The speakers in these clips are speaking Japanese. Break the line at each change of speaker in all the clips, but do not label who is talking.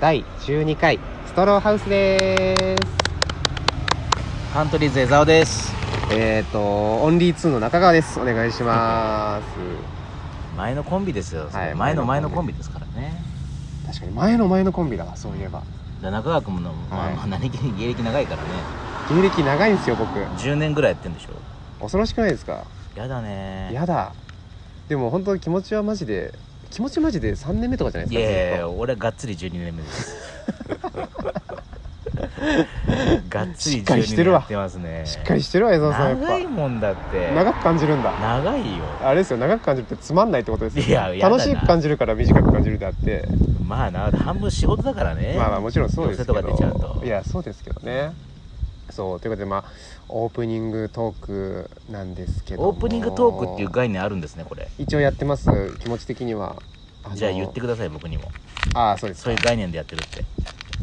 第12回ストローハウスです
カントリーズ江澤です
えっ、とオンリー2の中川ですお願いします
前のコンビですよ、
はい
前の
前
前
の
の
コ
コ
ン
ン
ビ
ビですからね
確かに前の前のコンビだわそういえば
で中川君の、まあまあ何気に芸歴長いからね
芸歴長いんですよ僕
10年ぐらいやってんでしょ
恐ろしくないですか
やだね
やだでも本当気持ちはマジで気持ちマジで3年目とかじゃない
い
ですか
やいや
ず
い
っ
や
と
俺はがっつり12年目です がっつ
しっ
り
かり
12
して
年
る
や
わ
ってますね
しっかりしてるわ江澤さん
長
や
い
っ
もんだって
ぱ長く感じるんだ
長いよ
あれですよ長く感じるってつまんないってことですよ
いややだな
楽しく感じるから短く感じるであって
まあな半分仕事だからね
まあまあもちろんそうですけど
寄せとか出ちゃうと
いやそうですけどねそうということでまあオープニングトークなんですけども
オープニングトークっていう概念あるんですねこれ
一応やってます気持ち的にはあの
じゃあ言ってください僕にも
ああそうです
そ
か
ういう概念でやってるって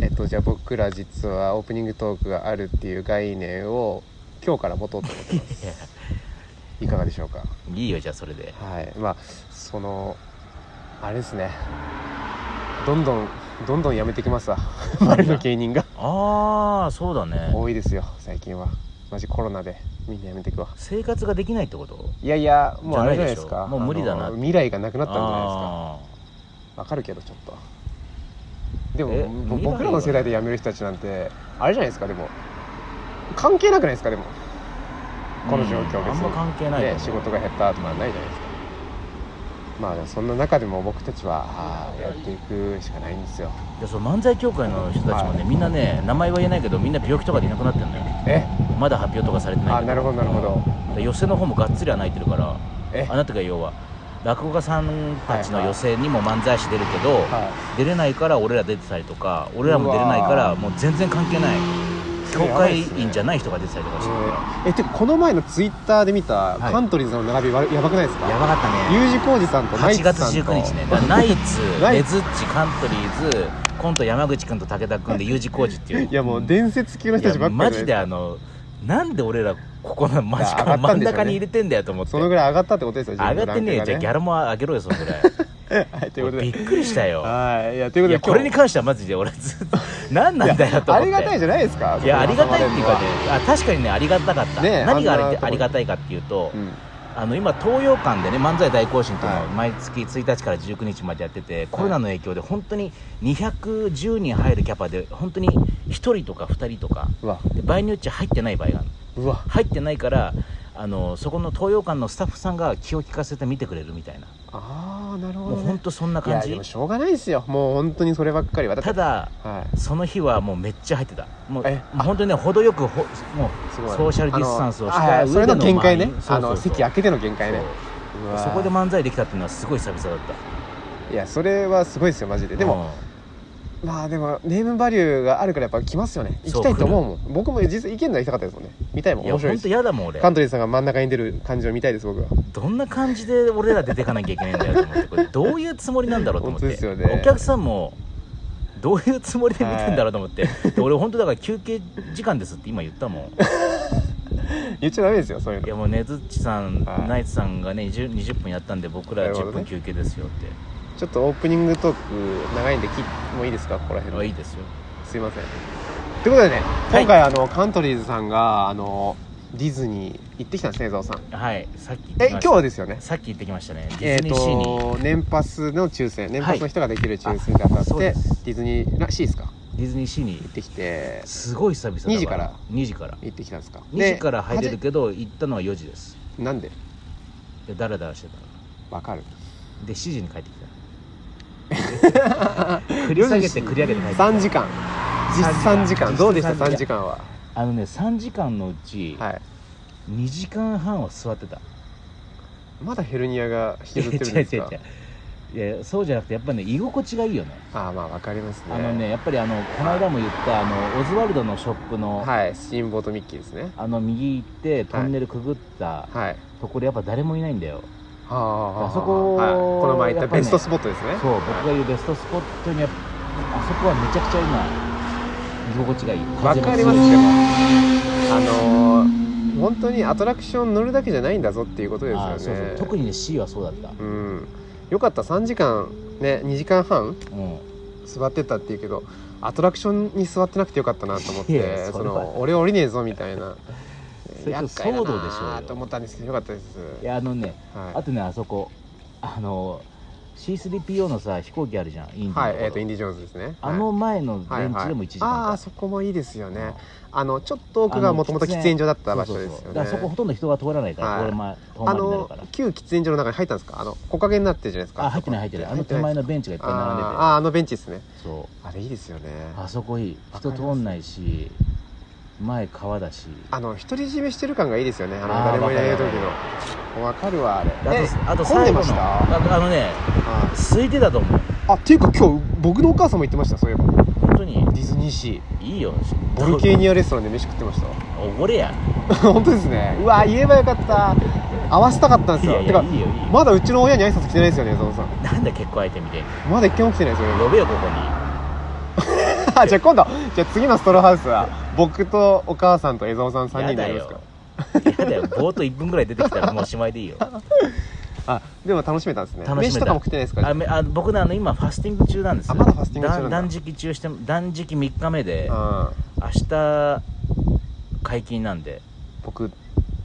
えっとじゃあ僕ら実はオープニングトークがあるっていう概念を今日から持とうと思ってます いかがでしょうか
いいよじゃあそれで
はいまあそのあれですねどんどんどんどんやめてき ますわ周りの芸人が
ああそうだね
多いですよ最近はマジコロナでみんなやめてくわ
生活ができないってこと
いやいやもうあれじゃないです
じゃ
か
ないでしょもう無理だな
あの未来がなくなったんじゃない
あ
ですかわかるけどちょっとで
え
もぼ
未来は
僕らの世代で辞める人たちなんてあれじゃないですかでも関係なくないですかでも
ー
この状況
うん
別に、
あんま関係ない
ね仕事が減ったとかないじゃないですかまあでもそんな中でも僕たちはあーやっていくしかないんですよ
でそう漫才協会の人たちも
は
ね
い
みんなね名前は言えないけどみんな病気とかでいなくなってんのよ
え
まだ発表とかされてない
あ
け
なるほどなるほど
どで寄席の方もがっつりは泣いてるから
え
あなたが要は落語家さんたちの
はいはい
寄席にも漫才師出るけど、
は
出れないから俺ら出てたりとか俺らも出れないからもう全然関係ない
それ
協
やばい
会
っすね
員じゃない人が出てたりとかしてるか
えーえてかこの前のツイッターで見た
はい
カントリーズの並びわやばくないです
ら
か
やばかったね
U 字工事さんとナイツ
8
さん
月
と
19日ねだからナイツ
ナイツ
レズッチカントリーズコント山口君と武田 君で U 字工事っていう
いやもう伝説級の人たちばっかり
いやマジ
じ
で
ゃない
あのなんで俺らここのマジ
いや上が
か
ったんでしょうね
真ん中に入れてんだよと思っ
すか
て
そのぐらい上がったってことですよ
上がってねえよじゃあギャ
ラ
ラも上げろよその ぐらい
はいということ
俺び
で
っくりしたよ
はいいやということ
い
で
やこれに関してはマジで俺ずっと何なんだよと思って
ありがたいじゃないですか
いやありがたいっていうかね
ね
あ確かにねありがたかった、
ねえ
何があ
あんな
り
とこ
ありがたいかっていうと、
うん
あの今東洋館でね漫才大行進というの
は
を
い
毎月1日から19日までやってて、コロナの影響で本当に210人入るキャパで本当に1人とか2人とか
うわ
で場合によっちゃ入ってない場合がある
うわ
入ってないからあのそこの東洋館のスタッフさんが気を利かせて見てくれるみたいな
ああなるほ
も
ど
う
ね
本当そんない感
やで
じ
もしょうがないですよもう本当にそればっかりはだって
ただ
はい
その日はもうめっちゃ入ってたもう
え
もう本当にね程よくほもう
すごい
ソーシャルディスタンスをし
あの
た
あーそれ
上で
の
の
限界ね
満員そう
あ
そう
の
そう
席開けての限界ね
そう
うわー
そこで漫才できたっていうのはすごい久々だった
いやそれはすごいですよマジででもまあでもネームバリューがあるからやっぱ来ますよね行
そう
きたいと思うもん僕も実際意見なりたかったですもんね見たい
うん
もん
いや
面白
本
い
当
し
嫌だもん俺
カントリーさんが真ん中に出る感じを見たいです僕は
どんな感じで俺ら出てかなきゃいけないんだよと思ってこれどういうつもりなんだろうと思っ
本当ですよ
て、
ね
お客さんもどういうつもりで見てんだろうと思って、で俺本当だから休憩時間ですって今言ったもん
言っちゃダメですよそういう
いや
の
もうねずっちさん、
はい
ナイツさんがね 20, 20分やったんで僕ら
なるほ
10
どね
分休憩ですよって、
ちょっとオープニングトーク長いんで切ってもういいですかここら辺
あ
で
いいですよ
すいませんということでね
はい
今回あのカントリーズさんがあのディズニー行ってきたんですね江澤さん
はいさっき行って
え今日
きました
はですよね
さっき行ってきましたね
え
デ
ー
ィズニーシーに、
と年パスの抽選年パスの人ができる抽選で
は
当
い
た
あ
っ
そう
て、
です
ディズニーらしいですか
ディズニーシーに
行ってきて
すごい久々だ
2時から
2時から
行ってきたんですか
2
で
時から入れる
は
けど行ったのは4時です
じなんで
でダラダラしてたから
わかる
で7時に帰って きた繰り下げて繰り上げて帰ってきた
3時間実3時間
実
どうでした
3
3時間は
あのね3時間のうち
はい
2時間半は座ってた
まだヘルニアが引きずってるんですか
違う違う違ういやそうじゃなくてやっぱね居心地がいいよね
ああまあわかりますね
あのねやっぱりあのこの間も言ったあのオズワルドのショップの、
はいスチームボートミッキーですね
あの右行ってトンネルくぐった
はい
ところやっぱ誰もいないんだよ、
はあはは
あそこ
はいこの前行っ
や
た
っぱね
ベストスポットですね
そう僕が言うベストスポットにやっぱあそこはめちゃくちゃ今居心地がいい
わかります
風
で
も
もあのー本当にアトラクション乗るだけじゃないんだぞっていうことですよ
あ
ね
ーそうそう特にね C はそうだった
うんよかった3時間ね2時間半
うん
座ってたっていうけどアトラクションに座ってなくてよかったなと思っ
い
て
や
そ
それは
の俺降りねえぞみたいな
それちょっ
厄
と
介だ
騒動でしょう
な
よ
と思ったんですけどよかったです
いやあのねあ
は
とねあそこあの C3PO のさ飛行機あるじゃんインディ
い、
の
はい
ところ
えー、とインディ・ジョーンズですね
あの前のベンチ
はい
で
はい
も1時間
ああーそこもいいですよねあのちょっと奥がもともと喫煙所だった場所ですよね
だからそこほとんど人が通らないから、
はい
これまあ遠
あ
回りになる
の
から
旧喫煙所の中に入ったんですかあの木陰になってるじゃないですか
あ入ってない入ってないあの手前のベンチがいっぱい並んでて
あーあのベンチですね
そ
あれいいですよね
うあそこいい人通んないし前川だし
あの独り占めしてる感がいいですよねあの
あー
誰もいない
わ
時
かる
のわかるわあれえ
あとあと
混んで
最後
まし
の
た
あとあのね
あ
空いてたと思う
あっていうか今日僕のお母さんも言ってましたそういえばデ
本当に
ィズニーシ
いいよ
ーボルケーニアレストランで飯食ってました
おごれや
本当ですねうわ言えばよかった合わせたかったんで
い
す
や
よ
い
て
や
か
いいよいいよ
まだうちの親に挨拶来てないですよねゾウさん
なんだ結婚相手みたいに
まだ一回も来てないですよ ね
呼べよここに
あじゃあ今度じゃあ次のストローハウスは僕とお母さんと江蔵さん3人
や
にな
だ
りますか
よやだよぼーっと1分ぐらい出てきたらもうおしまいでいいよ
あでも楽しめたんですね
楽し
飯
めた
とかも食ってないですか
あめあ僕ねあの今ファスティング中なんです
あまだファスティング中なんだ
断食中して断食3日目で
ああ
明日解禁なんで、
僕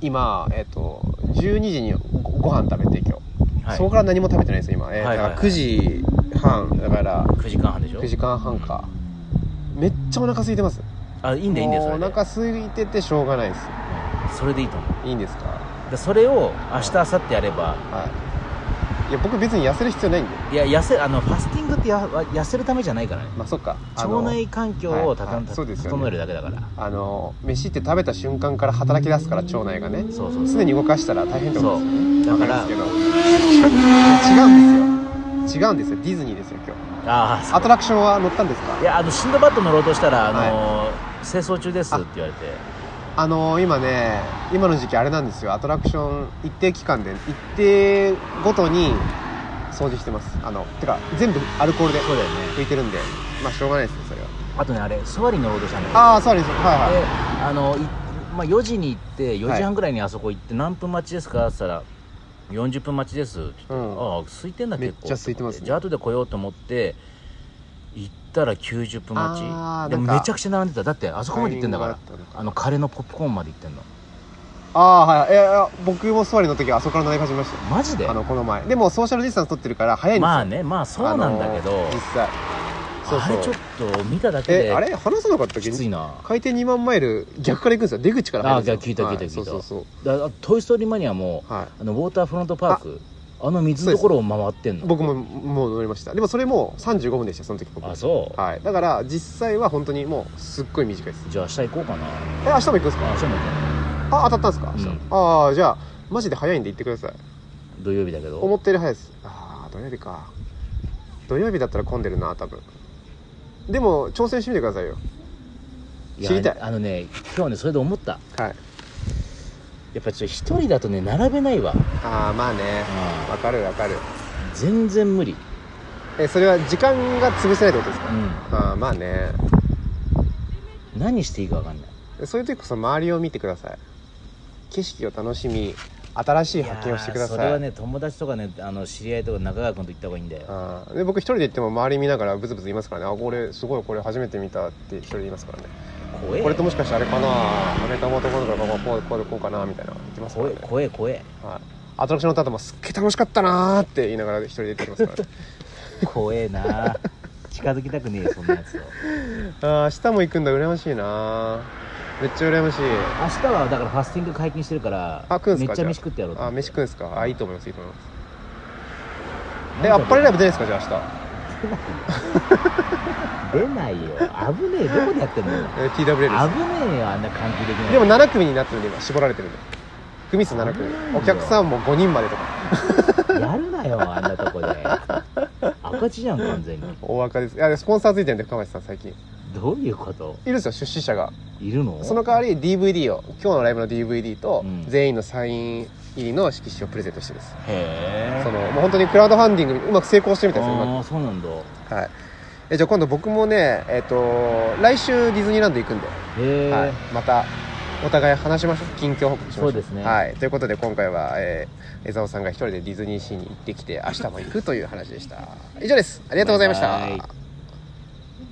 今えっ、と12時にごご飯食べて今日、
はい
そこから何も食べてないですよ今えー
はいはいはい
だから9時半だから
9時間半でしょ
9時間半かめっちゃお腹空いてます
あいいんだいいんだよそ
もう
れ
お
で
腹空いててしょうがないです
それでいいと思う
いいんですか
だそれを明日明後日やれば
はいいや僕別に痩せる必要ないんで
いや痩せあのファスティングってや痩せるためじゃないからね
まあそっかあの
腸内環境をたた、
はいはいそうですよね
整えるだけだから
あの飯って食べた瞬間から働き出すから腸内がね
そうそうそう
常に動かしたら大変ってことです
そ
よ
う
ね
だから
わるんですけど違うんですよ違うんですよディズニーですよ今日
ああそう
アトラクションは乗ったんですか
いやあのシンドバッド乗ろうとしたら、あの清掃中ですって言われて
あのー今ね今の時期あれなんですよアトラクション一定期間で一定ごとに掃除してますあのてか全部アルコールで
そうだよね
拭いてるんでまあしょうがないですねそれは
あとねあれ座り乗ろうとしたんだけど
ああそうですはいはい
であのいまあ、4時に行って4時半ぐらいにあそこ行って何分待ちですかって言ったら40分待ちですって言って、
うん
ああ空いてんだ
めっ
結
ちゃ
構
空いてますね
じゃあ後で来ようと思って行ったら90分待
あー
ちでも
なんか
めちゃくちゃ並んでただってあそこまで行ってんだから
タイミングがあった
あ
の
のカレーのポップコーンまで行ってんの
ああはいいやいや僕も座りの時はあそこから並び始めましたよ
マジで
あのこの前でもソーシャルディスタンス取ってるから早いんですよ、
まあねまあそうなんだけど、
あのー実際そう
あ
そう
れちょっと見ただけ
えあ
で
れ話さなかったっけ
きついな
海底2万マイル逆から行くんですよ出口から入るんですよ
あ聞いた聞い
は
た
い
聞いた
そうそう
だ「トイ・ストーリー・マニアも」
そうはい
あのウォーターフロント・パークあの水のところを回ってんの
僕ももう乗りましたでもそれも35分でしたその時僕
あそう、
はい、だから実際は本当にもうすっごい短いです
じゃあ明日行こうかな
え明日も行くんですか
あ明日も行こう
あ当たったんですか、
うん
ああじゃあマジで早いんで行ってください
土曜日だけど
思ったより早いですああ土曜日か土曜日だったら混んでるな多分でも挑戦してみてくださいよ
や
知りたい
あのね今日ねそれで思った
はい
やっぱちょっと一人だとね並べないわ、
ああまあねわかるわかる
全然無理
えそれは時間が潰せないってことです
う
か、
ん
ああまあね
何していいか分かんない
そういう時こそ周りを見てください景色を楽しみ新しい発見をしてください
やーそれはね友達とかねあの知り合いとか中川君と行った方がいいんだよ
あーで僕一人で行っても周り見ながらブツブツ言いますからねあこれすごいこれ初めて見たって一人で言いますからね
怖え
これともしかしてあれかなアメリカもとこうとかこうこうこうこうかなみたいな言ってますから
怖え
ね、
怖え怖え
はい、アトラクションの後もすっげえ楽しかったなーって言いながら一人で行ってきますから ね
怖えな近づきたくねえよそんなやつを
あー明日も行くんだ羨ましいなーめっちゃ羨ましい
明日はだからファスティング解禁してるから
あ食うんす
め
か
っちゃ飯
じゃ
食ってやろうと
あ
思
あ
っ
飯
て
食うんすかあいいと思いますいいと思います
なん
え
だ
あ
ろう
っぱれライブ出ないですかじゃあ
出ないよ危ねえどこでやってんのよ
明日、えー TWL です
危ねえよあんな換気できない
でも7組になってるんで今絞られてるんで組数7
あー
組お客さんも5人までとか
やるなよあんなとこで赤字じゃん完全に
大赤ですいやスポンサーついてるんで深町さん最近い
どういうこと
るんですよ出資者が
いるの
その代わり DVD を今日のライブの DVD と
うん
全員のサイン入りの色紙をプレゼントしてです、
へ
そのもう本当にクラウドファンディングうまく成功してるみたいですようま
ああそうなんだへ
くはいえじゃあ今度僕もねえっ、と来週ディズニーランド行くんで、
え、
はい、またお互い話しましょう近況報告しましょう
そうですね
はい、ということで今回は、えー江澤さんが一人でディズニーシーに行ってきて明日も行くという話でした以上ですありがとうございました
バイバイ